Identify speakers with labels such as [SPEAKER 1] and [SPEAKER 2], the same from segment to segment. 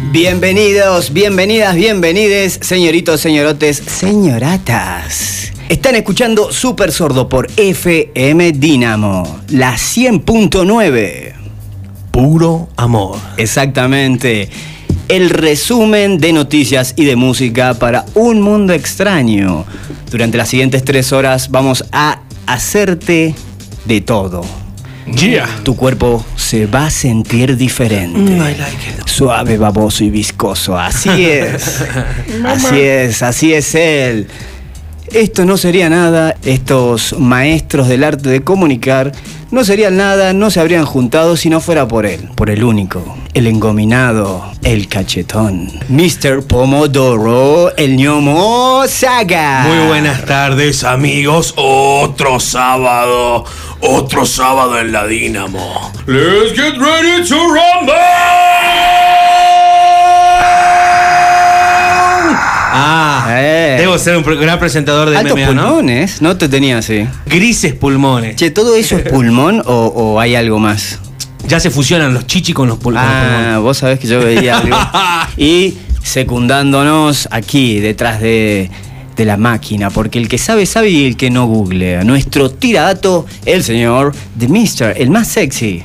[SPEAKER 1] Bienvenidos, bienvenidas, bienvenides, señoritos, señorotes, señoratas. Están escuchando Super Sordo por FM Dinamo, la 100.9.
[SPEAKER 2] Puro amor.
[SPEAKER 1] Exactamente. El resumen de noticias y de música para un mundo extraño. Durante las siguientes tres horas vamos a hacerte de todo.
[SPEAKER 3] Ah.
[SPEAKER 2] Yeah.
[SPEAKER 1] Tu cuerpo se va a sentir diferente. Suave, baboso y viscoso. Así es. así es, así es él. Esto no sería nada, estos maestros del arte de comunicar no serían nada, no se habrían juntado si no fuera por él, por el único, el engominado, el cachetón, Mr. Pomodoro, el ñomo Saga.
[SPEAKER 2] Muy buenas tardes, amigos. Otro sábado. Otro sábado en la Dinamo. Let's get ready to rumble. Ah,
[SPEAKER 1] Eh.
[SPEAKER 2] debo ser un pro- gran presentador de
[SPEAKER 1] Altos
[SPEAKER 2] MMA, ¿no?
[SPEAKER 1] pulmones, no te tenía así.
[SPEAKER 2] Grises pulmones.
[SPEAKER 1] Che, ¿todo eso es pulmón o, o hay algo más?
[SPEAKER 2] Ya se fusionan los chichis con los pul- con los pulmones.
[SPEAKER 1] Ah, vos sabés que yo veía algo. Y secundándonos aquí, detrás de, de la máquina, porque el que sabe, sabe y el que no googlea. Nuestro tiradato, el señor The Mister, el más sexy,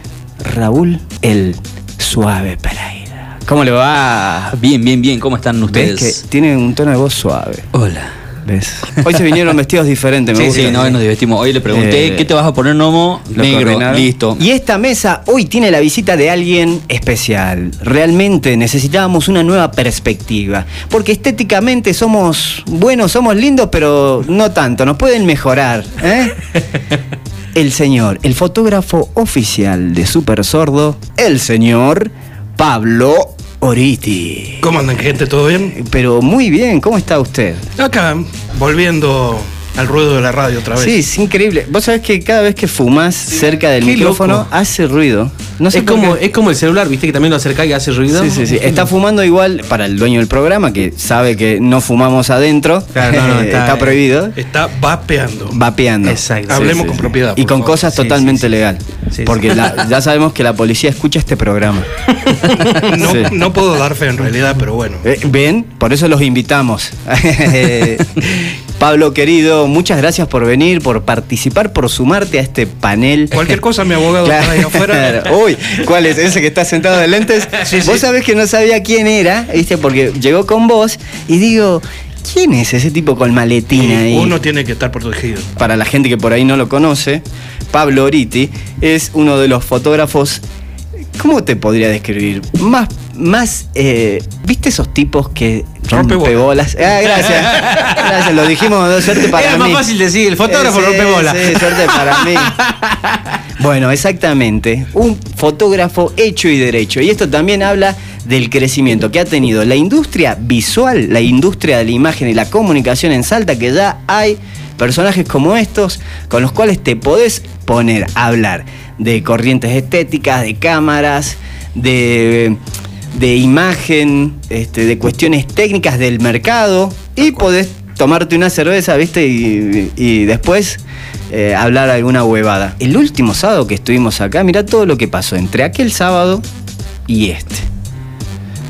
[SPEAKER 1] Raúl el Suave Pereira. ¿Cómo le va?
[SPEAKER 4] Bien, bien, bien, ¿cómo están
[SPEAKER 1] ¿Ves que
[SPEAKER 4] ustedes?
[SPEAKER 1] tiene un tono de voz suave?
[SPEAKER 4] Hola.
[SPEAKER 1] ¿Ves? Hoy se vinieron vestidos diferentes, me
[SPEAKER 4] Sí,
[SPEAKER 1] gusta.
[SPEAKER 4] sí, no, nos divertimos. Hoy le pregunté,
[SPEAKER 1] Eh,
[SPEAKER 4] ¿qué te vas a poner, Nomo?
[SPEAKER 1] Lo
[SPEAKER 4] Negro,
[SPEAKER 1] coordinaron.
[SPEAKER 4] listo.
[SPEAKER 1] Y esta mesa hoy tiene la visita de alguien especial. Realmente necesitábamos una nueva perspectiva. Porque estéticamente somos buenos, somos lindos, pero no tanto. Nos pueden mejorar. ¿eh? El señor, el fotógrafo oficial de Super Sordo, el señor Pablo Oriti.
[SPEAKER 5] ¿Cómo andan, gente? ¿Todo bien?
[SPEAKER 1] Pero muy bien, ¿cómo está usted?
[SPEAKER 5] Acá, volviendo al ruedo de la radio otra vez.
[SPEAKER 1] Sí, es increíble. Vos sabés que cada vez que fumas cerca del
[SPEAKER 2] Qué
[SPEAKER 1] micrófono
[SPEAKER 2] loco.
[SPEAKER 1] hace ruido. No sé
[SPEAKER 2] es,
[SPEAKER 1] por
[SPEAKER 2] como,
[SPEAKER 1] qué.
[SPEAKER 2] es como el celular, viste, que también lo acerca y hace ruido.
[SPEAKER 1] Sí, sí, sí. Está fumando igual para el dueño del programa, que sabe que no fumamos adentro.
[SPEAKER 2] Claro, no, no,
[SPEAKER 1] Eh, está,
[SPEAKER 2] está- eh,
[SPEAKER 1] prohibido.
[SPEAKER 5] Está vapeando.
[SPEAKER 1] Vapeando.
[SPEAKER 2] Exacto.
[SPEAKER 5] Hablemos
[SPEAKER 2] Sí, sí,
[SPEAKER 5] con
[SPEAKER 2] sí.
[SPEAKER 5] propiedad.
[SPEAKER 1] Y
[SPEAKER 5] por
[SPEAKER 1] con
[SPEAKER 5] favor.
[SPEAKER 1] cosas
[SPEAKER 2] Sí, sí,
[SPEAKER 1] totalmente
[SPEAKER 2] sí, sí.
[SPEAKER 1] legal.
[SPEAKER 2] Sí, sí.
[SPEAKER 1] porque la- ya sabemos que la policía escucha este programa.
[SPEAKER 5] No,
[SPEAKER 1] Sí.
[SPEAKER 5] no puedo dar fe en realidad, pero bueno.
[SPEAKER 1] Eh, ¿Ven? Por eso los invitamos. Pablo querido, muchas gracias por venir, por participar, por sumarte a este panel.
[SPEAKER 5] Cualquier cosa, mi abogado está ahí afuera.
[SPEAKER 1] Claro. Uy, ¿cuál es? Ese que está sentado de lentes.
[SPEAKER 5] Sí, sí.
[SPEAKER 1] Vos sabés que no sabía quién era, ¿viste? Porque llegó con vos y digo, ¿quién es ese tipo con maletín ahí?
[SPEAKER 5] Uno tiene que estar protegido.
[SPEAKER 1] Para la gente que por ahí no lo conoce, Pablo Oriti es uno de los fotógrafos. ¿Cómo te podría describir? Más, más, eh, ¿viste esos tipos que
[SPEAKER 5] Rompe
[SPEAKER 1] rompe bolas? Ah, gracias. Gracias, lo dijimos, suerte para
[SPEAKER 2] Era más
[SPEAKER 1] mí.
[SPEAKER 2] fácil decir, el fotógrafo
[SPEAKER 1] Eh, sí,
[SPEAKER 2] rompe bola.
[SPEAKER 1] Sí, suerte para mí. Bueno, exactamente. Un fotógrafo hecho y derecho. Y esto también habla del crecimiento que ha tenido la industria visual, la industria de la imagen y la comunicación en Salta, que ya hay personajes como estos con los cuales te podés poner a hablar de corrientes estéticas, de cámaras, de, de imagen, este, de cuestiones técnicas del mercado y podés tomarte una cerveza, ¿viste? Y, y después eh, hablar alguna huevada. El último sábado que estuvimos acá, mirá todo lo que pasó entre aquel sábado y este.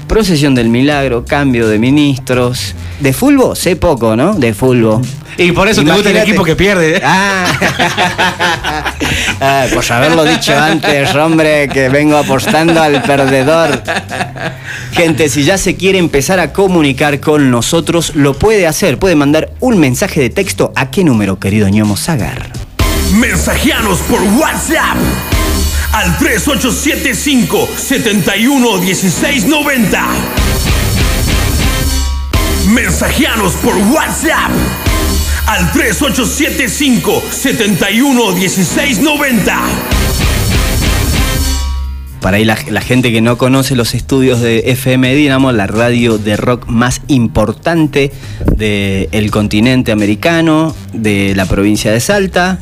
[SPEAKER 1] Procesión del Milagro, cambio de ministros. De fulbo, sé poco, ¿no? De fulbo. Ah.
[SPEAKER 2] Y por eso te gusta el
[SPEAKER 1] Imagínate.
[SPEAKER 2] equipo que pierde. ¿eh?
[SPEAKER 1] Ah. Ah, pues haberlo dicho antes, hombre, que vengo apostando al perdedor. Gente, si ya se quiere empezar a comunicar con nosotros, lo puede hacer. Puede mandar un mensaje de texto a qué número, querido ñomo Zagar.
[SPEAKER 6] Mensajeanos por WhatsApp al 3875 71 1690. Mensajeanos por WhatsApp al 3875 71 1690.
[SPEAKER 1] Para ahí la, la gente que no conoce los estudios de FM Dynamo, la radio de rock más importante del continente americano, de la provincia de Salta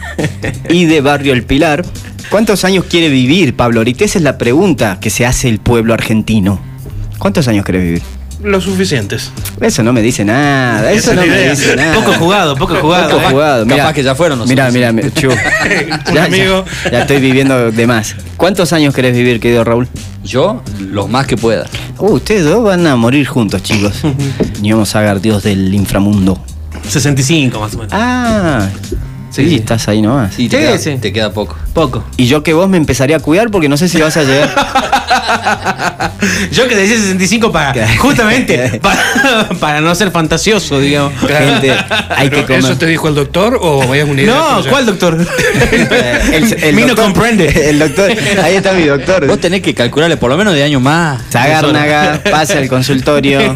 [SPEAKER 1] y de Barrio El Pilar. ¿Cuántos años quiere vivir, Pablo? Ahorita esa es la pregunta que se hace el pueblo argentino. ¿Cuántos años quiere vivir?
[SPEAKER 5] Los suficientes.
[SPEAKER 1] Eso no me dice nada, eso
[SPEAKER 5] Esa es
[SPEAKER 1] no
[SPEAKER 5] la
[SPEAKER 1] me
[SPEAKER 5] idea.
[SPEAKER 1] dice nada.
[SPEAKER 2] Poco jugado, poco jugado.
[SPEAKER 1] Poco
[SPEAKER 2] eh.
[SPEAKER 1] jugado,
[SPEAKER 4] Capaz
[SPEAKER 1] mirá.
[SPEAKER 4] que ya fueron los
[SPEAKER 1] Mirá,
[SPEAKER 4] otros.
[SPEAKER 1] mirá, mirá, chu.
[SPEAKER 5] amigo.
[SPEAKER 1] Ya, ya estoy viviendo de más. ¿Cuántos años querés vivir, querido Raúl?
[SPEAKER 4] Yo, lo más que pueda.
[SPEAKER 1] Uh, ustedes dos van a morir juntos, chicos. Ni vamos a agarrar dios del inframundo.
[SPEAKER 3] 65 más o menos.
[SPEAKER 1] Ah, sí,
[SPEAKER 4] sí.
[SPEAKER 1] estás ahí nomás.
[SPEAKER 4] Y te,
[SPEAKER 3] Sí,
[SPEAKER 4] queda,
[SPEAKER 3] sí.
[SPEAKER 4] te queda poco.
[SPEAKER 3] Poco.
[SPEAKER 1] Y yo que vos me empezaría a cuidar porque no sé si vas a llegar.
[SPEAKER 3] Yo que decía 65 para. Justamente. para, para no ser fantasioso, digamos.
[SPEAKER 1] Gente, hay que
[SPEAKER 6] Pero,
[SPEAKER 1] comer.
[SPEAKER 6] ¿Eso te dijo el doctor o es una idea?
[SPEAKER 3] No,
[SPEAKER 6] tuya?
[SPEAKER 3] ¿cuál doctor?
[SPEAKER 1] Eh,
[SPEAKER 3] Mí no comprende.
[SPEAKER 1] El doctor. Ahí está mi doctor.
[SPEAKER 4] Vos tenés que calcularle por lo menos de años más.
[SPEAKER 1] Zagárnaga, pasa al consultorio.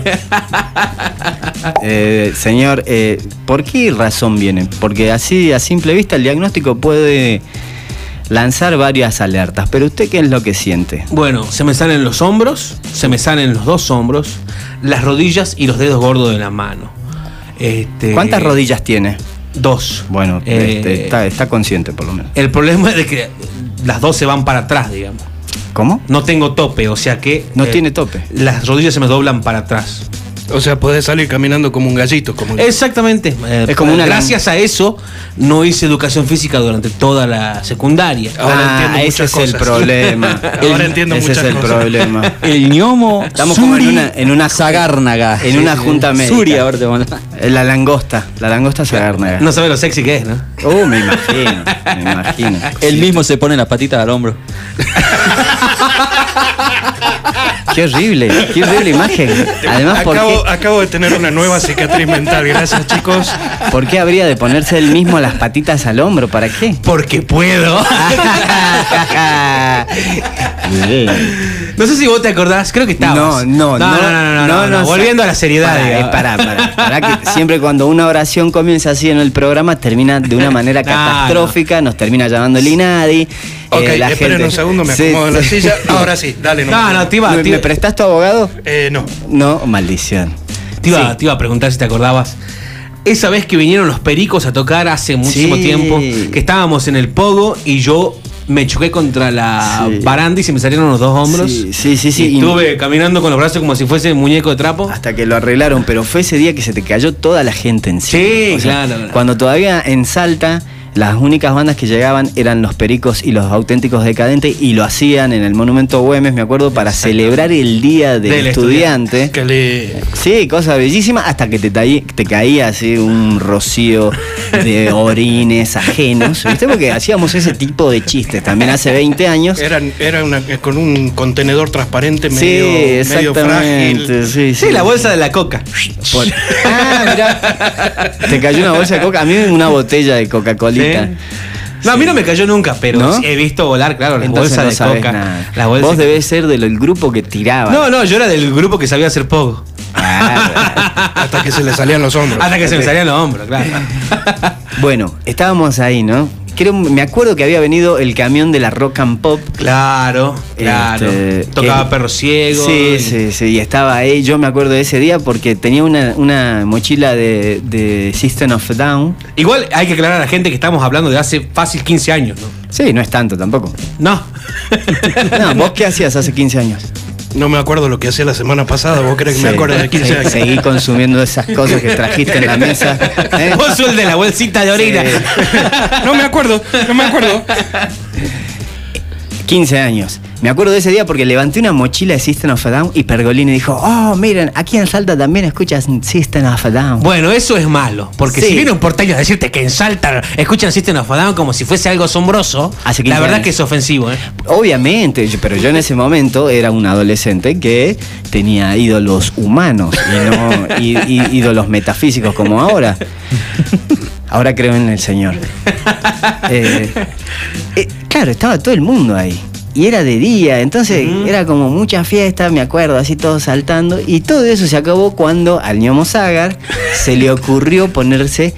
[SPEAKER 1] Eh, señor, eh, ¿por qué razón viene? Porque así, a simple vista, el diagnóstico puede lanzar varias alertas. Pero usted, ¿qué es lo que siente?
[SPEAKER 3] Bueno, se me salen los hombros, se me salen los dos hombros, las rodillas y los dedos gordos de la mano. Este,
[SPEAKER 1] ¿Cuántas rodillas tiene?
[SPEAKER 3] Dos.
[SPEAKER 1] Eh, Bueno,
[SPEAKER 3] Eh,
[SPEAKER 1] este, está, está consciente, por lo menos.
[SPEAKER 3] El problema es de que las dos se van para atrás, digamos.
[SPEAKER 1] ¿Cómo?
[SPEAKER 3] No tengo tope, o sea que. eh,
[SPEAKER 1] No tiene tope.
[SPEAKER 3] Las rodillas se me doblan para atrás.
[SPEAKER 6] O sea, podés salir caminando como un gallito. Como
[SPEAKER 3] Exactamente. Eh,
[SPEAKER 1] Es como una lan-
[SPEAKER 3] gracias a eso no hice educación física durante toda la secundaria.
[SPEAKER 6] Ahora
[SPEAKER 1] Ah,
[SPEAKER 6] entiendo
[SPEAKER 1] ese
[SPEAKER 6] muchas
[SPEAKER 1] es el
[SPEAKER 6] cosas.
[SPEAKER 1] problema.
[SPEAKER 6] Ahora entiendo
[SPEAKER 1] ese
[SPEAKER 6] muchas
[SPEAKER 1] es el
[SPEAKER 6] cosas.
[SPEAKER 1] problema.
[SPEAKER 4] El gnomo.
[SPEAKER 1] Estamos como en
[SPEAKER 4] Suri,
[SPEAKER 1] una- en una-
[SPEAKER 4] Zagárnaga.
[SPEAKER 1] en una junta médica.
[SPEAKER 4] Suri, ahora te van a-
[SPEAKER 1] La langosta, la langosta zagárnaga.
[SPEAKER 3] No sabes lo sexy que es, ¿no?
[SPEAKER 1] Oh, me imagino, me imagino.
[SPEAKER 4] Él mismo se pone las patitas al hombro.
[SPEAKER 1] Qué horrible, qué horrible imagen. Además, ¿por
[SPEAKER 6] acabo,
[SPEAKER 1] qué,
[SPEAKER 6] acabo de tener una nueva cicatriz mental. Gracias, chicos.
[SPEAKER 1] por qué habría de ponerse él mismo las patitas al hombro? ¿Para qué?
[SPEAKER 3] Porque puedo. No sé si vos te acordás, creo que
[SPEAKER 1] No,
[SPEAKER 3] estabas.
[SPEAKER 1] no,
[SPEAKER 3] no, no, no, no, no, no. Volviendo a la seriedad.
[SPEAKER 1] Pará, eh,
[SPEAKER 3] digamos.
[SPEAKER 1] pará, pará, pará, que siempre cuando una oración comienza así en el programa termina de una manera
[SPEAKER 3] No,
[SPEAKER 1] catastrófica, nos termina llamando el INADI. eh,
[SPEAKER 6] Ok,
[SPEAKER 1] la
[SPEAKER 6] esperen
[SPEAKER 1] gente-
[SPEAKER 6] un segundo, me
[SPEAKER 1] Sí,
[SPEAKER 6] acomodo en la
[SPEAKER 1] sí.
[SPEAKER 6] silla. Ahora sí, dale.
[SPEAKER 3] No, no, te iba,
[SPEAKER 1] ¿Me,
[SPEAKER 3] te
[SPEAKER 1] me
[SPEAKER 3] iba-
[SPEAKER 1] prestás tu abogado?
[SPEAKER 6] Eh, no.
[SPEAKER 1] No, maldición.
[SPEAKER 3] te iba- te iba a preguntar si te acordabas. Esa vez que vinieron los pericos a tocar hace muchísimo
[SPEAKER 1] Sí.
[SPEAKER 3] tiempo, que estábamos en el pogo y yo me choqué contra la
[SPEAKER 1] Sí.
[SPEAKER 3] baranda y se me salieron los dos hombros.
[SPEAKER 1] Sí, sí, sí, sí.
[SPEAKER 3] Y estuve caminando con los brazos como si fuese muñeco de trapo.
[SPEAKER 1] Hasta que lo arreglaron, pero fue ese día que se te cayó toda la gente encima.
[SPEAKER 3] Sí, claro.
[SPEAKER 1] Cuando todavía en Salta, las únicas bandas que llegaban eran los Pericos y los Auténticos Decadentes y lo hacían en el Monumento Güemes, me acuerdo, para celebrar el Día del,
[SPEAKER 3] Del
[SPEAKER 1] Estudiante.
[SPEAKER 6] Que le.
[SPEAKER 1] Sí, cosa bellísima, hasta que te, taí- te caía así un rocío de orines ajenos, ¿viste? Porque hacíamos ese tipo de chistes también hace 20 años.
[SPEAKER 6] Eran, era una, con un contenedor transparente
[SPEAKER 1] Sí,
[SPEAKER 6] medio, medio
[SPEAKER 1] exactamente.
[SPEAKER 6] frágil.
[SPEAKER 1] sí,
[SPEAKER 3] Sí, la bolsa de la coca.
[SPEAKER 1] Por- Ah, mirá. Te cayó una bolsa de coca. A mí una botella de Coca-Colita.
[SPEAKER 3] Sí. No, a mí no me cayó nunca, pero
[SPEAKER 1] ¿No?
[SPEAKER 3] he visto volar, claro, las
[SPEAKER 1] Entonces no
[SPEAKER 3] bolsas de
[SPEAKER 1] sabés
[SPEAKER 3] coca.
[SPEAKER 1] nada.
[SPEAKER 3] las bolsas-
[SPEAKER 1] Vos debés ser del del grupo que tiraba.
[SPEAKER 3] No, no, yo era del grupo que sabía hacer pogo.
[SPEAKER 1] Ah,
[SPEAKER 6] Hasta que se le salían los hombros.
[SPEAKER 3] Hasta que se me salían los hombros, claro.
[SPEAKER 1] Este, bueno, estábamos ahí, ¿no? Creo, me acuerdo que había venido el camión de la rock and pop.
[SPEAKER 3] Claro, claro.
[SPEAKER 1] Este,
[SPEAKER 3] Tocaba
[SPEAKER 1] que-
[SPEAKER 3] perro ciego.
[SPEAKER 1] Sí,
[SPEAKER 3] y-
[SPEAKER 1] sí, sí. Y estaba ahí. Yo me acuerdo de ese día porque tenía una, una mochila de, de System of a Down.
[SPEAKER 3] Igual hay que aclarar a la gente que estamos hablando de hace fácil 15 años, ¿no?
[SPEAKER 1] Sí, no es tanto tampoco.
[SPEAKER 3] No.
[SPEAKER 1] No, ¿Vos qué hacías hace 15 años?
[SPEAKER 6] No me acuerdo lo que hacía la semana pasada. ¿Vos crees que me
[SPEAKER 1] Sí.
[SPEAKER 6] acuerdo de 15
[SPEAKER 1] Sí,
[SPEAKER 6] años?
[SPEAKER 1] Seguí consumiendo esas cosas que trajiste en la mesa. ¿eh?
[SPEAKER 3] Vos sos el de la bolsita de orina.
[SPEAKER 6] No me acuerdo, no me acuerdo.
[SPEAKER 1] 15 años. Me acuerdo de ese día porque levanté una mochila de System of a Down y Pergolini dijo, oh, miren, aquí en Salta también escuchas System of a Down.
[SPEAKER 3] Bueno, eso es malo. Porque
[SPEAKER 1] Sí.
[SPEAKER 3] si viene un porteño a decirte que en Salta escuchan System of a Down como si fuese algo asombroso,
[SPEAKER 1] Hace 15
[SPEAKER 3] la verdad
[SPEAKER 1] años.
[SPEAKER 3] que es ofensivo, ¿eh?
[SPEAKER 1] Obviamente, yo- pero yo en ese momento era un adolescente que tenía ídolos humanos y no í- í- ídolos metafísicos como ahora. Ahora creo en el Señor. Eh, eh, claro, estaba todo el mundo ahí. Y era de día, entonces era como mucha fiesta, me acuerdo, así todos saltando. Y todo eso se acabó cuando al ñomo Zagar se le ocurrió ponerse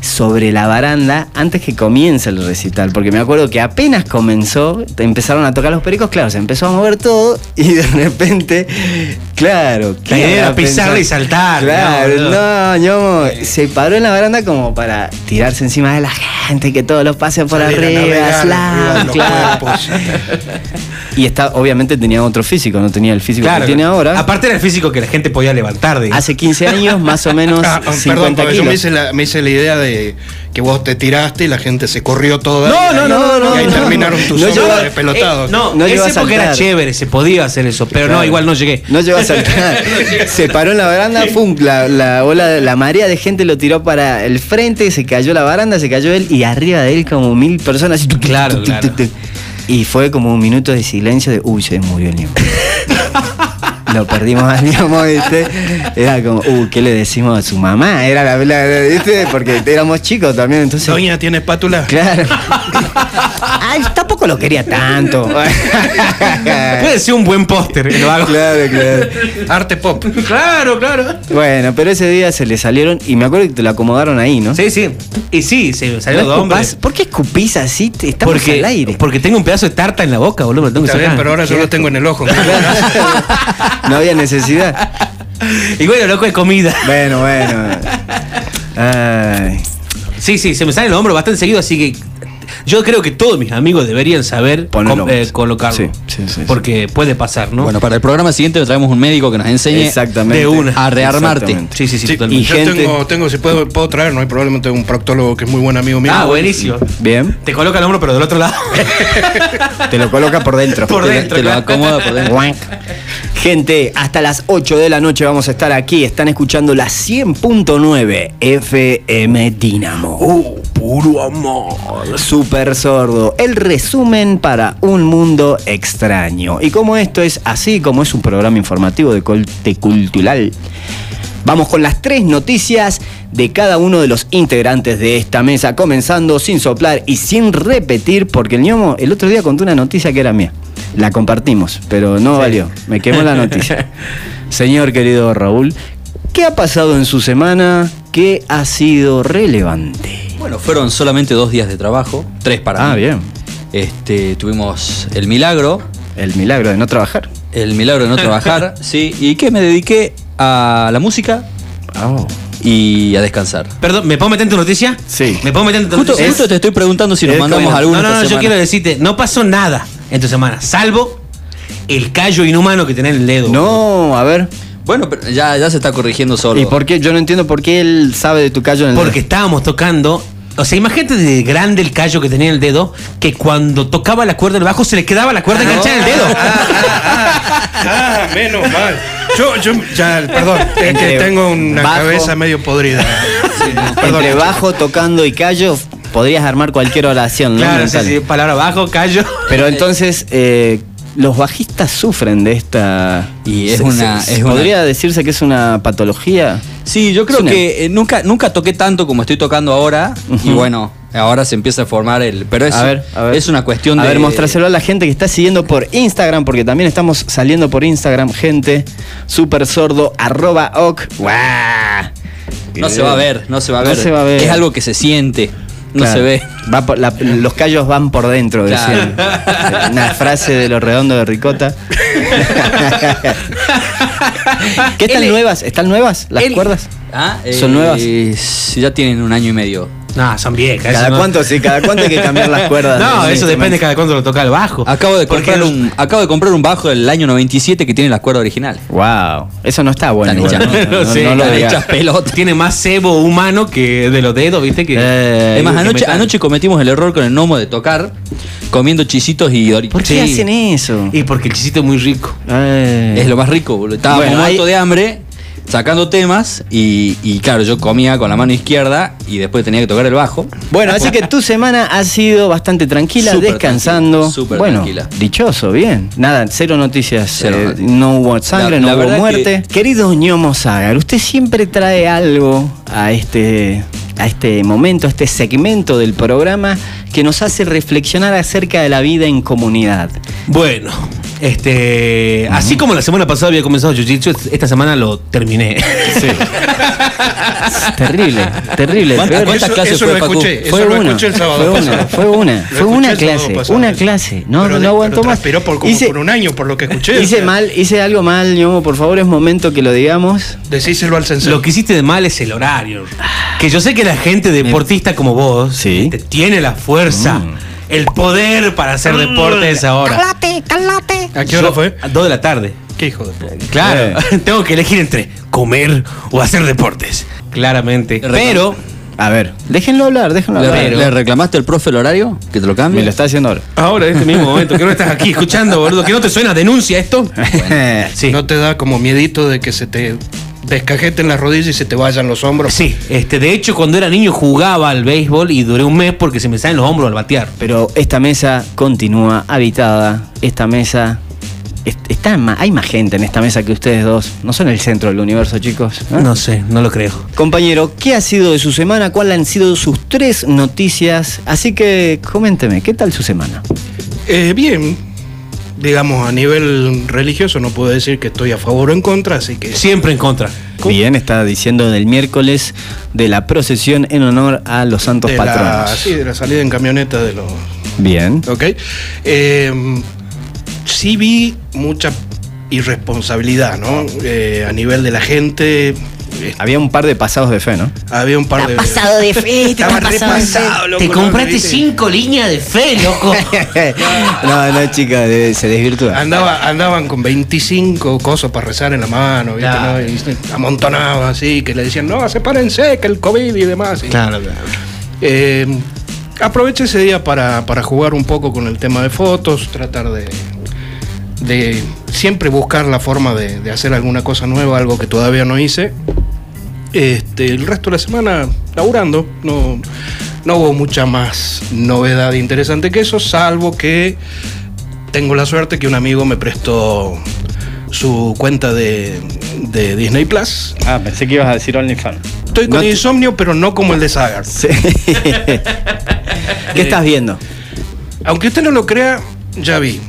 [SPEAKER 1] sobre la baranda antes que comience el recital, porque me acuerdo que apenas comenzó, te empezaron a tocar los pericos, claro, se empezó a mover todo y de repente, claro,
[SPEAKER 3] La idea era
[SPEAKER 1] claro,
[SPEAKER 3] pisarla
[SPEAKER 1] pensar-
[SPEAKER 3] y saltar,
[SPEAKER 1] Claro,
[SPEAKER 3] ¿no?
[SPEAKER 1] Ah, no, ñomo, se paró en la baranda como para tirarse encima de la gente. adelante, que todos los pasen por
[SPEAKER 5] Salir a
[SPEAKER 1] arriba,
[SPEAKER 5] navegar arriba de
[SPEAKER 1] slam,
[SPEAKER 5] los
[SPEAKER 1] claro.
[SPEAKER 5] cuerpos.
[SPEAKER 1] Y está, obviamente tenía otro físico, no tenía el físico que tiene ahora.
[SPEAKER 3] Aparte era el físico que la gente podía levantar, digamos.
[SPEAKER 1] Hace 15 años, más o menos
[SPEAKER 5] Ah, ah,
[SPEAKER 1] 50
[SPEAKER 5] perdón, porque yo
[SPEAKER 1] kilos.
[SPEAKER 5] me hice, la, me hice la idea de que vos te tiraste y la gente se corrió toda.
[SPEAKER 3] No,
[SPEAKER 5] y ahí-
[SPEAKER 3] no, no, no,
[SPEAKER 5] Y ahí
[SPEAKER 3] no, no,
[SPEAKER 5] terminaron
[SPEAKER 1] no.
[SPEAKER 5] tus
[SPEAKER 1] No,
[SPEAKER 5] hombros
[SPEAKER 1] yo-
[SPEAKER 5] despelotados.
[SPEAKER 3] Eh, no,
[SPEAKER 1] No llegó a
[SPEAKER 3] ese porque era
[SPEAKER 1] saltar.
[SPEAKER 3] chévere, se podía hacer eso, pero no,
[SPEAKER 1] Claro.
[SPEAKER 3] igual no llegué.
[SPEAKER 1] No llegó a saltar. se paró en la baranda, ¡fum! La, la ola, la marea de gente lo tiró para el frente, se cayó la baranda, se cayó él y arriba de él como mil personas. así, tuc, tuc,
[SPEAKER 3] Claro,
[SPEAKER 1] tuc, tuc,
[SPEAKER 3] claro.
[SPEAKER 1] tuc, tuc. Y fue como un minuto de silencio de, uy, se murió el niño. Lo perdimos al niño, ¿viste? Era como, uy, ¿qué le decimos a su mamá? Era la, la- ¿viste? Porque éramos chicos también, entonces...
[SPEAKER 5] Doña, ¿tiene espátula?
[SPEAKER 1] Claro. Ay, tampoco lo quería tanto.
[SPEAKER 3] Puede ser un buen póster, lo hago.
[SPEAKER 1] Claro, claro.
[SPEAKER 5] Arte pop.
[SPEAKER 3] Claro, claro.
[SPEAKER 1] Bueno, pero ese día se le salieron y me acuerdo que te lo acomodaron ahí, ¿no?
[SPEAKER 3] Sí, sí. Y sí, se
[SPEAKER 1] ¿No
[SPEAKER 3] salió de hombre.
[SPEAKER 1] escupás? ¿Por qué escupís así? Te- Estamos
[SPEAKER 3] Porque,
[SPEAKER 1] al aire.
[SPEAKER 3] porque tengo un pedazo de tarta en la boca, boludo. me lo tengo que
[SPEAKER 5] Está bien,
[SPEAKER 3] sacar.
[SPEAKER 5] pero ahora yo lo tengo en el ojo.
[SPEAKER 1] no había necesidad.
[SPEAKER 3] Y bueno, loco de comida.
[SPEAKER 1] Bueno, bueno. Ay.
[SPEAKER 3] Sí, sí, se me sale el hombro bastante seguido, así que yo creo que todos mis amigos deberían saber
[SPEAKER 1] Poner
[SPEAKER 3] com-
[SPEAKER 1] hombros.
[SPEAKER 3] eh, colocarlo.
[SPEAKER 1] Sí, sí, sí, sí.
[SPEAKER 3] Porque puede pasar, ¿no?
[SPEAKER 4] Bueno, para el programa siguiente le traemos un médico que nos enseñe
[SPEAKER 1] Exactamente.
[SPEAKER 3] de una.
[SPEAKER 4] a rearmarte.
[SPEAKER 1] Exactamente.
[SPEAKER 3] sí, sí, sí,
[SPEAKER 5] Sí,
[SPEAKER 3] totalmente.
[SPEAKER 1] y
[SPEAKER 5] yo
[SPEAKER 1] gente-
[SPEAKER 5] tengo, tengo, si puedo, puedo traer, no hay problema, tengo un proctólogo que es muy buen amigo mío.
[SPEAKER 3] Ah, buenísimo.
[SPEAKER 1] Bien.
[SPEAKER 3] Te coloca el hombro, pero del otro lado.
[SPEAKER 1] Te lo coloca por dentro.
[SPEAKER 3] Por
[SPEAKER 4] Te lo-
[SPEAKER 3] dentro,
[SPEAKER 4] Te lo
[SPEAKER 3] claro.
[SPEAKER 4] acomoda por dentro.
[SPEAKER 1] Guanc. Gente, hasta las 8 de la noche vamos a estar aquí. Están escuchando la 100.9 FM Dinamo.
[SPEAKER 2] Oh, puro amor.
[SPEAKER 1] Super sordo, el resumen para un mundo extraño. Y como esto es así, como es un programa informativo de corte cultural, vamos con las tres noticias de cada uno de los integrantes de esta mesa, comenzando sin soplar y sin repetir, porque el ñomo el otro día contó una noticia que era mía. La compartimos, pero no valió. Me quemó la noticia. Señor querido Raúl, ¿qué ha pasado en su semana que ha sido relevante?
[SPEAKER 4] Bueno, fueron solamente dos días de trabajo, tres para
[SPEAKER 1] Ah,
[SPEAKER 4] mí.
[SPEAKER 1] bien.
[SPEAKER 4] Este, tuvimos el milagro,
[SPEAKER 1] El milagro de no trabajar.
[SPEAKER 4] el milagro de no trabajar, sí, y que me dediqué a la música y a descansar.
[SPEAKER 3] Perdón, ¿me puedo meter en tu noticia?
[SPEAKER 1] Sí.
[SPEAKER 3] ¿Me puedo meter en tu
[SPEAKER 4] Justo,
[SPEAKER 3] noticia?
[SPEAKER 4] justo te estoy preguntando si nos
[SPEAKER 1] es
[SPEAKER 4] mandamos
[SPEAKER 1] como-
[SPEAKER 4] alguna
[SPEAKER 3] No, no,
[SPEAKER 4] esta
[SPEAKER 3] no, yo
[SPEAKER 4] semana.
[SPEAKER 3] quiero decirte, no pasó nada en tu semana, salvo el callo inhumano que tenés en el dedo.
[SPEAKER 1] No, a ver.
[SPEAKER 4] Bueno, pero ya, ya se está corrigiendo solo.
[SPEAKER 1] ¿Y por qué? Yo no entiendo por qué él sabe de tu callo en el
[SPEAKER 3] Porque estábamos tocando. O sea, imagínate de grande el callo que tenía en el dedo, que cuando tocaba la cuerda del bajo se le quedaba la cuerda enganchada en el dedo.
[SPEAKER 5] Ah, menos mal. Yo, yo, ya, perdón, es
[SPEAKER 1] Entre
[SPEAKER 5] que tengo una
[SPEAKER 1] bajo-
[SPEAKER 5] cabeza medio podrida. Sí, perdón,
[SPEAKER 1] Entre
[SPEAKER 5] chico.
[SPEAKER 1] bajo, tocando y callo, podrías armar cualquier oración, ¿no?
[SPEAKER 3] Claro, sí,
[SPEAKER 1] Mental.
[SPEAKER 3] sí, palabra bajo, callo.
[SPEAKER 1] Pero entonces, eh, los bajistas sufren de esta.
[SPEAKER 4] Y es
[SPEAKER 1] se-
[SPEAKER 4] una-
[SPEAKER 1] se-
[SPEAKER 4] es una-
[SPEAKER 1] ¿Podría decirse que es una patología?
[SPEAKER 4] Sí, yo creo
[SPEAKER 1] Suena.
[SPEAKER 4] que eh, nunca, nunca toqué tanto como estoy tocando ahora. Y bueno, ahora se empieza a formar el. Pero es,
[SPEAKER 1] a ver, a ver.
[SPEAKER 4] es una cuestión
[SPEAKER 1] a
[SPEAKER 4] de.
[SPEAKER 1] ver, mostrárselo a la gente que está siguiendo por Instagram, porque también estamos saliendo por Instagram, gente. Super sordo, arroba oc. ¡Guau!
[SPEAKER 4] No se va a ver, no se va a
[SPEAKER 1] No
[SPEAKER 4] ver.
[SPEAKER 1] se va a ver.
[SPEAKER 4] Es algo que se siente, no
[SPEAKER 1] Claro.
[SPEAKER 4] se ve.
[SPEAKER 1] Va por- la- los callos van por dentro,
[SPEAKER 4] Claro.
[SPEAKER 1] decían. Una frase de lo redondo de Ricota. ¿Qué están
[SPEAKER 4] Él-
[SPEAKER 1] nuevas? ¿Están nuevas las
[SPEAKER 4] él-
[SPEAKER 1] cuerdas?
[SPEAKER 4] Ah,
[SPEAKER 1] ¿Son nuevas?
[SPEAKER 4] sí, Ya tienen un año y medio.
[SPEAKER 3] No, son viejas.
[SPEAKER 1] Cada
[SPEAKER 3] eso no-
[SPEAKER 1] cuánto, sí, cada cuánto hay que cambiar las cuerdas.
[SPEAKER 3] No,
[SPEAKER 1] del
[SPEAKER 3] eso depende de
[SPEAKER 1] instrumento.
[SPEAKER 3] cada cuánto lo toca el bajo.
[SPEAKER 4] Acabo de,
[SPEAKER 3] Porque
[SPEAKER 4] comprar
[SPEAKER 3] los-
[SPEAKER 4] un, acabo de comprar un bajo del año 97 que tiene la cuerda original.
[SPEAKER 1] Wow, eso no está bueno.
[SPEAKER 4] Están
[SPEAKER 1] igual,
[SPEAKER 4] hechas-
[SPEAKER 1] no, no-
[SPEAKER 3] Sí,
[SPEAKER 1] no lo
[SPEAKER 4] están
[SPEAKER 1] digas.
[SPEAKER 4] hechas pelota.
[SPEAKER 3] Tiene más cebo humano que de los dedos, ¿viste? Que,
[SPEAKER 1] Eh,
[SPEAKER 4] Es más,
[SPEAKER 3] que
[SPEAKER 4] anoche,
[SPEAKER 3] metal.
[SPEAKER 4] anoche cometimos el error con el gnomo de tocar comiendo chisitos y doritos.
[SPEAKER 1] ¿Por qué hacen eso?
[SPEAKER 3] Y porque el chisito es muy rico.
[SPEAKER 1] Eh.
[SPEAKER 4] Es lo más rico, boludo. Estaba
[SPEAKER 1] Bueno,
[SPEAKER 4] muerto
[SPEAKER 1] ahí-
[SPEAKER 4] de hambre, sacando temas y, y claro, yo comía con la mano izquierda y después tenía que tocar el bajo.
[SPEAKER 1] Bueno, así que tu semana ha sido bastante tranquila,
[SPEAKER 4] Súper
[SPEAKER 1] descansando.
[SPEAKER 4] tranquila, súper
[SPEAKER 1] bueno,
[SPEAKER 4] tranquila.
[SPEAKER 1] dichoso, bien. Nada, cero noticias.
[SPEAKER 4] Cero
[SPEAKER 1] eh,
[SPEAKER 4] noticias.
[SPEAKER 1] no hubo sangre,
[SPEAKER 4] La- la
[SPEAKER 1] no hubo
[SPEAKER 4] verdad
[SPEAKER 1] muerte. Querido ñomo Zagar, usted siempre trae algo a este, a este momento, a este segmento del programa que nos hace reflexionar acerca de la vida en comunidad.
[SPEAKER 3] Bueno, Este, Así como la semana pasada había comenzado Jiu-Jitsu, est- esta semana lo terminé.
[SPEAKER 1] Terrible, terrible. el
[SPEAKER 4] ¿Cuántas-
[SPEAKER 1] peor-
[SPEAKER 4] cuántas clases
[SPEAKER 5] eso
[SPEAKER 4] fue,
[SPEAKER 5] lo
[SPEAKER 4] Facu?
[SPEAKER 5] escuché, eso
[SPEAKER 1] Fue
[SPEAKER 5] lo
[SPEAKER 1] una,
[SPEAKER 5] escuché el sábado
[SPEAKER 1] fue
[SPEAKER 5] pasado.
[SPEAKER 1] una, fue una,
[SPEAKER 5] Lo
[SPEAKER 1] fue una
[SPEAKER 5] escuché el sábado
[SPEAKER 1] clase,
[SPEAKER 5] pasado.
[SPEAKER 1] una clase. No,
[SPEAKER 5] Pero
[SPEAKER 1] no,
[SPEAKER 5] de-
[SPEAKER 1] no aguantó
[SPEAKER 5] pero
[SPEAKER 1] más.
[SPEAKER 5] transpiró por como
[SPEAKER 1] Hice-
[SPEAKER 5] por un año, por lo que escuché.
[SPEAKER 1] Hice
[SPEAKER 5] O sea,
[SPEAKER 1] mal, hice algo mal, ñomo, por favor, es momento que lo digamos.
[SPEAKER 5] Decíselo al sensei.
[SPEAKER 3] Lo que hiciste de mal es el horario. Que yo sé que la gente deportista como vos
[SPEAKER 1] Sí.
[SPEAKER 3] te tiene la fuerza, el poder para hacer deporte a esa hora.
[SPEAKER 5] ¿A qué hora
[SPEAKER 3] Yo-
[SPEAKER 5] fue?
[SPEAKER 3] A dos de la tarde.
[SPEAKER 5] ¿Qué hijo de puta?
[SPEAKER 3] Claro. Tengo que elegir entre comer o hacer deportes. Claramente. Pero
[SPEAKER 1] A ver, déjenlo hablar, déjenlo
[SPEAKER 4] ¿Le,
[SPEAKER 1] hablar.
[SPEAKER 4] re- le reclamaste al profe el horario? ¿Que te lo cambie?
[SPEAKER 1] Me lo está haciendo ahora.
[SPEAKER 3] ahora, en este mismo momento, que no estás aquí escuchando, boludo, que no te suena denuncia esto. Sí.
[SPEAKER 5] ¿No te da como miedito de que se te descajeten las rodillas y se te vayan los hombros?
[SPEAKER 3] Sí, este, de hecho cuando era niño jugaba al béisbol y duré un mes porque se me salen los hombros al batear.
[SPEAKER 1] Pero esta mesa continúa habitada. Esta mesa. es- Está, ma- hay más gente en esta mesa que ustedes dos. No son el centro del universo, chicos. ¿eh?
[SPEAKER 3] No sé, no lo creo.
[SPEAKER 1] Compañero, ¿qué ha sido de su semana? ¿Cuál han sido sus tres noticias? Así que coménteme, ¿qué tal su semana?
[SPEAKER 5] Eh, bien, digamos a nivel religioso no puedo decir que estoy a favor o en contra, así que
[SPEAKER 3] Siempre en contra.
[SPEAKER 1] Bien, está diciendo del miércoles de la procesión en honor a los santos
[SPEAKER 5] de la,
[SPEAKER 1] patronos.
[SPEAKER 5] sí, de la salida en camioneta de los...
[SPEAKER 1] Bien.
[SPEAKER 5] ¿Ok? Eh, sí vi mucha irresponsabilidad, ¿no? Eh, a nivel de la gente. eh,
[SPEAKER 1] Había un par de pasados de fe, ¿no?
[SPEAKER 5] había un par de...
[SPEAKER 7] pasado de fe, te
[SPEAKER 5] Estaba
[SPEAKER 7] está pasado de fe.
[SPEAKER 5] repasado, loco,
[SPEAKER 3] Te
[SPEAKER 5] ¿no?
[SPEAKER 3] compraste
[SPEAKER 5] ¿Viste?
[SPEAKER 3] cinco líneas de fe, loco.
[SPEAKER 1] no, no, chica, de- se
[SPEAKER 3] Ah,
[SPEAKER 1] desvirtúa.
[SPEAKER 5] Andaba, andaban con 25 cosas para rezar en la mano, ¿viste?
[SPEAKER 3] Claro.
[SPEAKER 5] ¿no? Y se amontonaba así, que le decían, no, sepárense, que el COVID y demás. Y, eh, aproveché ese día para, para jugar un poco con el tema de fotos, tratar de, de siempre buscar la forma de, de hacer alguna cosa nueva, algo que todavía no hice. Este, el resto de la semana laburando, no, no hubo mucha más novedad interesante que eso, salvo que tengo la suerte que un amigo me prestó su cuenta de, de Disney Plus.
[SPEAKER 1] Ah, pensé que ibas a decir OnlyFans.
[SPEAKER 5] Estoy con insomnio, pero no como el de Sagar.
[SPEAKER 3] Eh,
[SPEAKER 1] ¿Qué estás viendo?
[SPEAKER 5] Aunque usted no lo crea, ya vi.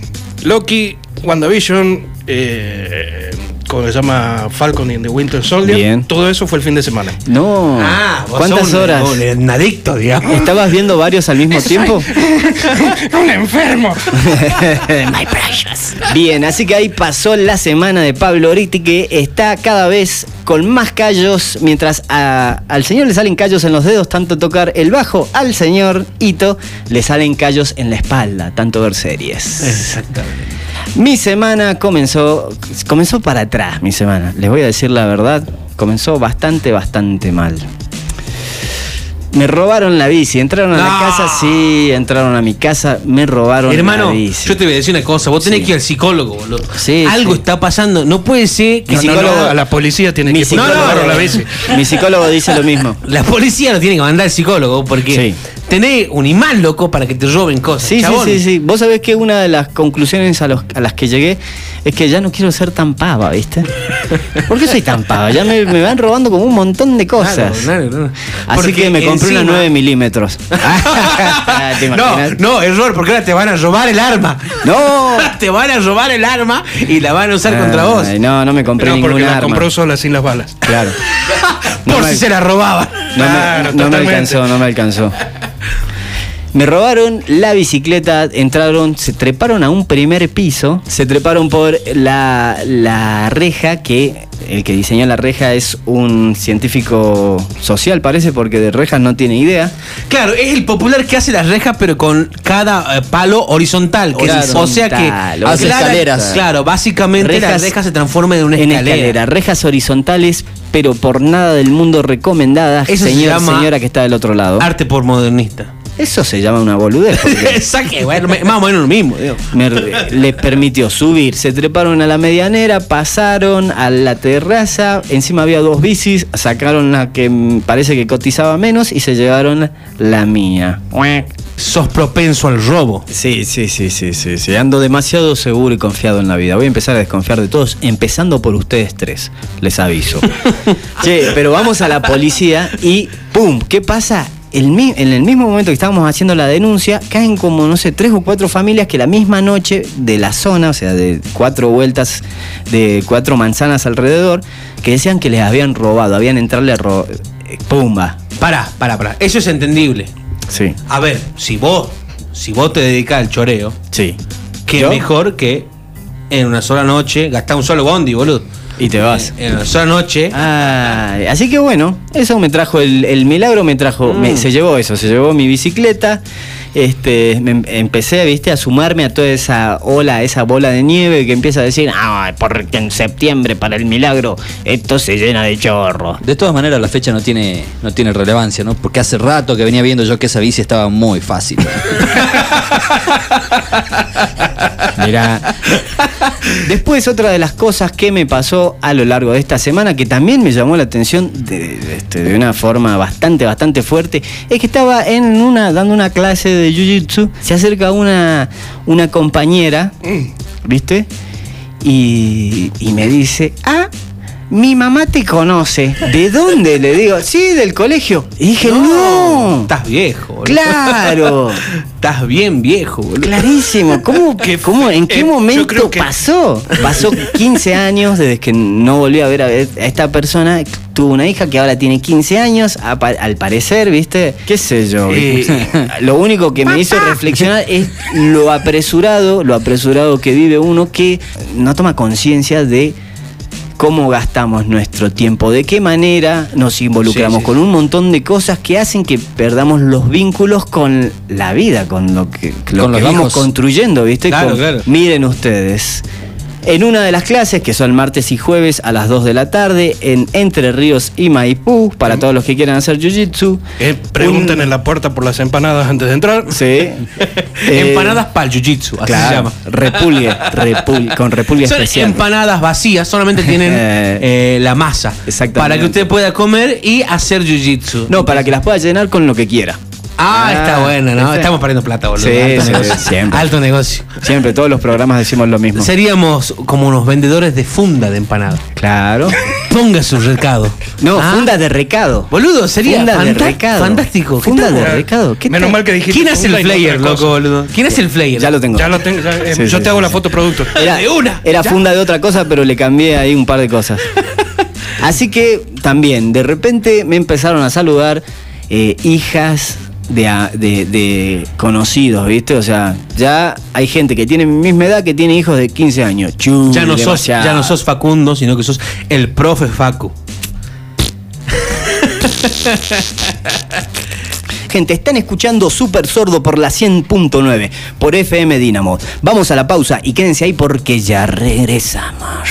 [SPEAKER 5] Loki, WandaVision, eh, ¿cómo se llama? Falcon y the Winter Soldier.
[SPEAKER 1] Bien.
[SPEAKER 5] Todo eso fue el fin de semana.
[SPEAKER 1] No.
[SPEAKER 3] Ah, vos sos
[SPEAKER 1] Ah, ¿Cuántas
[SPEAKER 3] un-
[SPEAKER 1] horas?
[SPEAKER 3] Un, adicto, digamos.
[SPEAKER 1] ¿Estabas viendo varios al mismo tiempo?
[SPEAKER 5] ¡Un enfermo!
[SPEAKER 7] My precious.
[SPEAKER 1] Bien, así que ahí pasó la semana de Pablo Oriti que está cada vez con más callos, mientras a- al señor le salen callos en los dedos, tanto tocar el bajo, al señor Ito le salen callos en la espalda, tanto ver series.
[SPEAKER 3] Exactamente.
[SPEAKER 1] Mi semana comenzó, comenzó para atrás, mi semana. Les voy a decir la verdad, comenzó bastante, bastante mal. Me robaron la bici, entraron a
[SPEAKER 3] No.
[SPEAKER 1] la casa, sí, entraron a mi casa, me robaron la
[SPEAKER 3] Hermano,
[SPEAKER 1] bici.
[SPEAKER 3] yo te voy a decir una cosa. Vos tenés
[SPEAKER 1] Sí.
[SPEAKER 3] que ir al psicólogo, boludo.
[SPEAKER 1] Sí,
[SPEAKER 3] Algo
[SPEAKER 1] sí.
[SPEAKER 3] está pasando. No puede ser que
[SPEAKER 1] Mi
[SPEAKER 5] No, no,
[SPEAKER 1] psicólogo-
[SPEAKER 5] no, a la policía tiene
[SPEAKER 1] Mi
[SPEAKER 5] que ir porque
[SPEAKER 1] psicólogo,
[SPEAKER 5] robaron la bici.
[SPEAKER 1] mi psicólogo dice lo mismo.
[SPEAKER 3] La policía lo tiene que mandar al psicólogo porque
[SPEAKER 1] Sí.
[SPEAKER 3] tenés un imán, loco, para que te roben cosas.
[SPEAKER 1] Sí, sí,
[SPEAKER 3] chabón.
[SPEAKER 1] sí, sí. Vos sabés que una de las conclusiones a, los- a las que llegué es que ya no quiero ser tan pava, ¿viste? ¿Por qué soy tan pava? Ya me, me van robando como un montón de
[SPEAKER 3] Claro,
[SPEAKER 1] cosas.
[SPEAKER 3] claro, claro.
[SPEAKER 1] Así
[SPEAKER 3] Porque
[SPEAKER 1] que me compré
[SPEAKER 3] encima-
[SPEAKER 1] una 9 milímetros. Ah, ¿Te
[SPEAKER 3] No,
[SPEAKER 1] imaginas?
[SPEAKER 3] no, error, porque ahora te van a robar el arma.
[SPEAKER 1] No.
[SPEAKER 3] te van a robar el arma y la van a usar contra vos.
[SPEAKER 1] Ay, no, no me compré
[SPEAKER 5] No, porque
[SPEAKER 1] ninguna
[SPEAKER 5] la
[SPEAKER 1] arma.
[SPEAKER 5] compró sola sin las balas.
[SPEAKER 1] Claro. No
[SPEAKER 3] por
[SPEAKER 1] me-
[SPEAKER 3] si se la robaban.
[SPEAKER 1] No, me-
[SPEAKER 5] Claro,
[SPEAKER 1] no me,
[SPEAKER 5] totalmente.
[SPEAKER 1] alcanzó, no me alcanzó. Me robaron la bicicleta, entraron, se treparon a un primer piso, se treparon por la, la reja, que el que diseñó la reja es un científico social, parece, porque de rejas no tiene idea.
[SPEAKER 3] Claro, es el popular que hace las rejas, pero con cada eh, palo horizontal. que-
[SPEAKER 1] Horizontal,
[SPEAKER 3] o sea que.
[SPEAKER 1] hace
[SPEAKER 3] clara-
[SPEAKER 4] escaleras.
[SPEAKER 3] Claro, básicamente la
[SPEAKER 1] Rejas-
[SPEAKER 3] reja se transforma en una
[SPEAKER 1] en
[SPEAKER 3] escalera.
[SPEAKER 1] escalera, rejas horizontales, pero por nada del mundo recomendadas,
[SPEAKER 3] Eso se
[SPEAKER 1] señor,
[SPEAKER 3] llama
[SPEAKER 1] señora que está del otro lado.
[SPEAKER 3] Arte por modernista.
[SPEAKER 1] Eso se llama una boludez. porque-
[SPEAKER 3] Exacto, bueno, me- más o menos lo mismo. digo.
[SPEAKER 1] Me re- les permitió subir, se treparon a la medianera, pasaron a la terraza, encima había dos bicis, sacaron la que mm, parece que cotizaba menos y se llevaron la mía.
[SPEAKER 3] Sos propenso al robo.
[SPEAKER 1] Sí, sí, sí, sí, sí, sí. Ando demasiado seguro y confiado en la vida. Voy a empezar a desconfiar de todos, empezando por ustedes tres, les aviso. che, pero vamos a la policía y ¡pum! ¿Qué pasa? el mi- en el mismo momento que estábamos haciendo la denuncia, caen como, no sé, tres o cuatro familias que la misma noche de la zona, o sea, de cuatro vueltas, de cuatro manzanas alrededor, que decían que les habían robado, habían entrarle a ro- eh, Pumba.
[SPEAKER 3] Pará, pará, pará. Eso es entendible.
[SPEAKER 1] Sí.
[SPEAKER 3] A ver, si vos, si vos te dedicas al choreo,
[SPEAKER 1] Sí.
[SPEAKER 3] qué
[SPEAKER 1] ¿Yo?
[SPEAKER 3] mejor que en una sola noche gastar un solo bondi, boludo.
[SPEAKER 1] Y te vas.
[SPEAKER 3] En una sola noche.
[SPEAKER 1] Ah, así que bueno, eso me trajo, el, el milagro me trajo, me- se llevó eso, se llevó mi bicicleta. Este, me em- empecé, viste, a sumarme a toda esa ola, esa bola de nieve que empieza a decir, ah, porque en septiembre para el milagro esto se llena de chorro.
[SPEAKER 4] De todas maneras, la fecha no tiene, no tiene relevancia, ¿no? Porque hace rato que venía viendo yo que esa bici estaba muy fácil.
[SPEAKER 3] Mirá.
[SPEAKER 1] Después, otra de las cosas que me pasó a lo largo de esta semana, que también me llamó la atención de, de- este, de una forma bastante, bastante fuerte, es que estaba en una, dando una clase de jiu-jitsu, se acerca una, una compañera, ¿viste? Y, y me dice, ah, mi mamá te conoce. ¿De dónde? Le digo, sí, del colegio. Y dije, no.
[SPEAKER 3] Estás viejo, boludo.
[SPEAKER 1] Claro.
[SPEAKER 3] Estás bien viejo, boludo.
[SPEAKER 1] Clarísimo. ¿Cómo, cómo- ¿En qué
[SPEAKER 5] eh, yo
[SPEAKER 1] momento
[SPEAKER 5] creo que-
[SPEAKER 1] pasó? Pasó 15 años desde que no volví a ver a a esta persona. Tuvo una hija que ahora tiene 15 años, apa- al parecer, ¿viste? ¿Qué sé yo?
[SPEAKER 3] Eh,
[SPEAKER 1] lo único que me hizo reflexionar es lo apresurado, lo apresurado que vive uno que no toma conciencia de cómo gastamos nuestro tiempo, de qué manera nos involucramos
[SPEAKER 3] Sí, sí,
[SPEAKER 1] con
[SPEAKER 3] sí.
[SPEAKER 1] un montón de cosas que hacen que perdamos los vínculos con la vida, con lo que, lo
[SPEAKER 4] Con
[SPEAKER 1] que
[SPEAKER 4] los
[SPEAKER 1] vamos
[SPEAKER 4] hijos.
[SPEAKER 1] construyendo, ¿viste?
[SPEAKER 3] Claro,
[SPEAKER 1] Con-
[SPEAKER 3] claro.
[SPEAKER 1] Miren ustedes. En una de las clases, que son martes y jueves a las 2 de la tarde, en Entre Ríos y Maipú, para todos los que quieran hacer jiu-jitsu.
[SPEAKER 5] Eh, preguntan en la puerta por las empanadas antes de entrar.
[SPEAKER 1] Sí. Eh,
[SPEAKER 3] empanadas para el jiu-jitsu, así
[SPEAKER 1] claro,
[SPEAKER 3] se llama.
[SPEAKER 1] Repulgue, repulgue, con repulgue
[SPEAKER 3] Son
[SPEAKER 1] especial.
[SPEAKER 3] empanadas vacías, solamente tienen
[SPEAKER 1] Eh,
[SPEAKER 3] eh, la masa.
[SPEAKER 1] exactamente.
[SPEAKER 3] Para que usted pueda comer y hacer jiu-jitsu.
[SPEAKER 1] No, para que las pueda llenar con lo que quiera.
[SPEAKER 3] Ah, está
[SPEAKER 1] Ah,
[SPEAKER 3] bueno, ¿no?
[SPEAKER 1] ¿viste?
[SPEAKER 3] Estamos perdiendo plata, boludo.
[SPEAKER 1] Sí,
[SPEAKER 3] Alto
[SPEAKER 1] sí,
[SPEAKER 3] negocio.
[SPEAKER 1] siempre.
[SPEAKER 3] Alto negocio.
[SPEAKER 1] Siempre, todos los programas decimos lo mismo.
[SPEAKER 3] Seríamos como unos vendedores de funda de empanada.
[SPEAKER 1] Claro.
[SPEAKER 3] Ponga su recado.
[SPEAKER 1] No,
[SPEAKER 3] Ah,
[SPEAKER 1] funda de recado.
[SPEAKER 3] Boludo, sería
[SPEAKER 1] Funda de
[SPEAKER 3] fanta-
[SPEAKER 1] recado.
[SPEAKER 3] fantástico. ¿Qué
[SPEAKER 1] Funda de
[SPEAKER 3] estamos?
[SPEAKER 1] recado. ¿Qué
[SPEAKER 5] Menos
[SPEAKER 1] tal?
[SPEAKER 5] mal que dijiste.
[SPEAKER 3] ¿Quién hace el
[SPEAKER 5] funda y no
[SPEAKER 3] flyer,
[SPEAKER 5] otra cosa.
[SPEAKER 3] loco, boludo? ¿Quién hace el flyer?
[SPEAKER 1] Ya lo tengo.
[SPEAKER 5] Ya lo tengo. ya, eh,
[SPEAKER 1] Sí,
[SPEAKER 5] yo
[SPEAKER 1] sí,
[SPEAKER 5] te hago
[SPEAKER 1] sí,
[SPEAKER 5] la
[SPEAKER 1] sí.
[SPEAKER 5] foto producto.
[SPEAKER 1] Era,
[SPEAKER 3] de una,
[SPEAKER 1] era
[SPEAKER 3] ya.
[SPEAKER 1] funda de otra cosa, pero le cambié ahí un par de cosas. Así que también, de repente me empezaron a saludar eh, hijas de, a- de- de conocidos, ¿viste? O sea, ya hay gente que tiene mi misma edad que tiene hijos de 15 años. Chu,
[SPEAKER 3] Ya no, sos,
[SPEAKER 1] demasiado.
[SPEAKER 3] ya no sos Facundo, sino que sos el profe Facu.
[SPEAKER 1] Gente, están escuchando Super Sordo por la 100.9, por FM Dinamo. Vamos a la pausa y quédense ahí porque ya regresamos.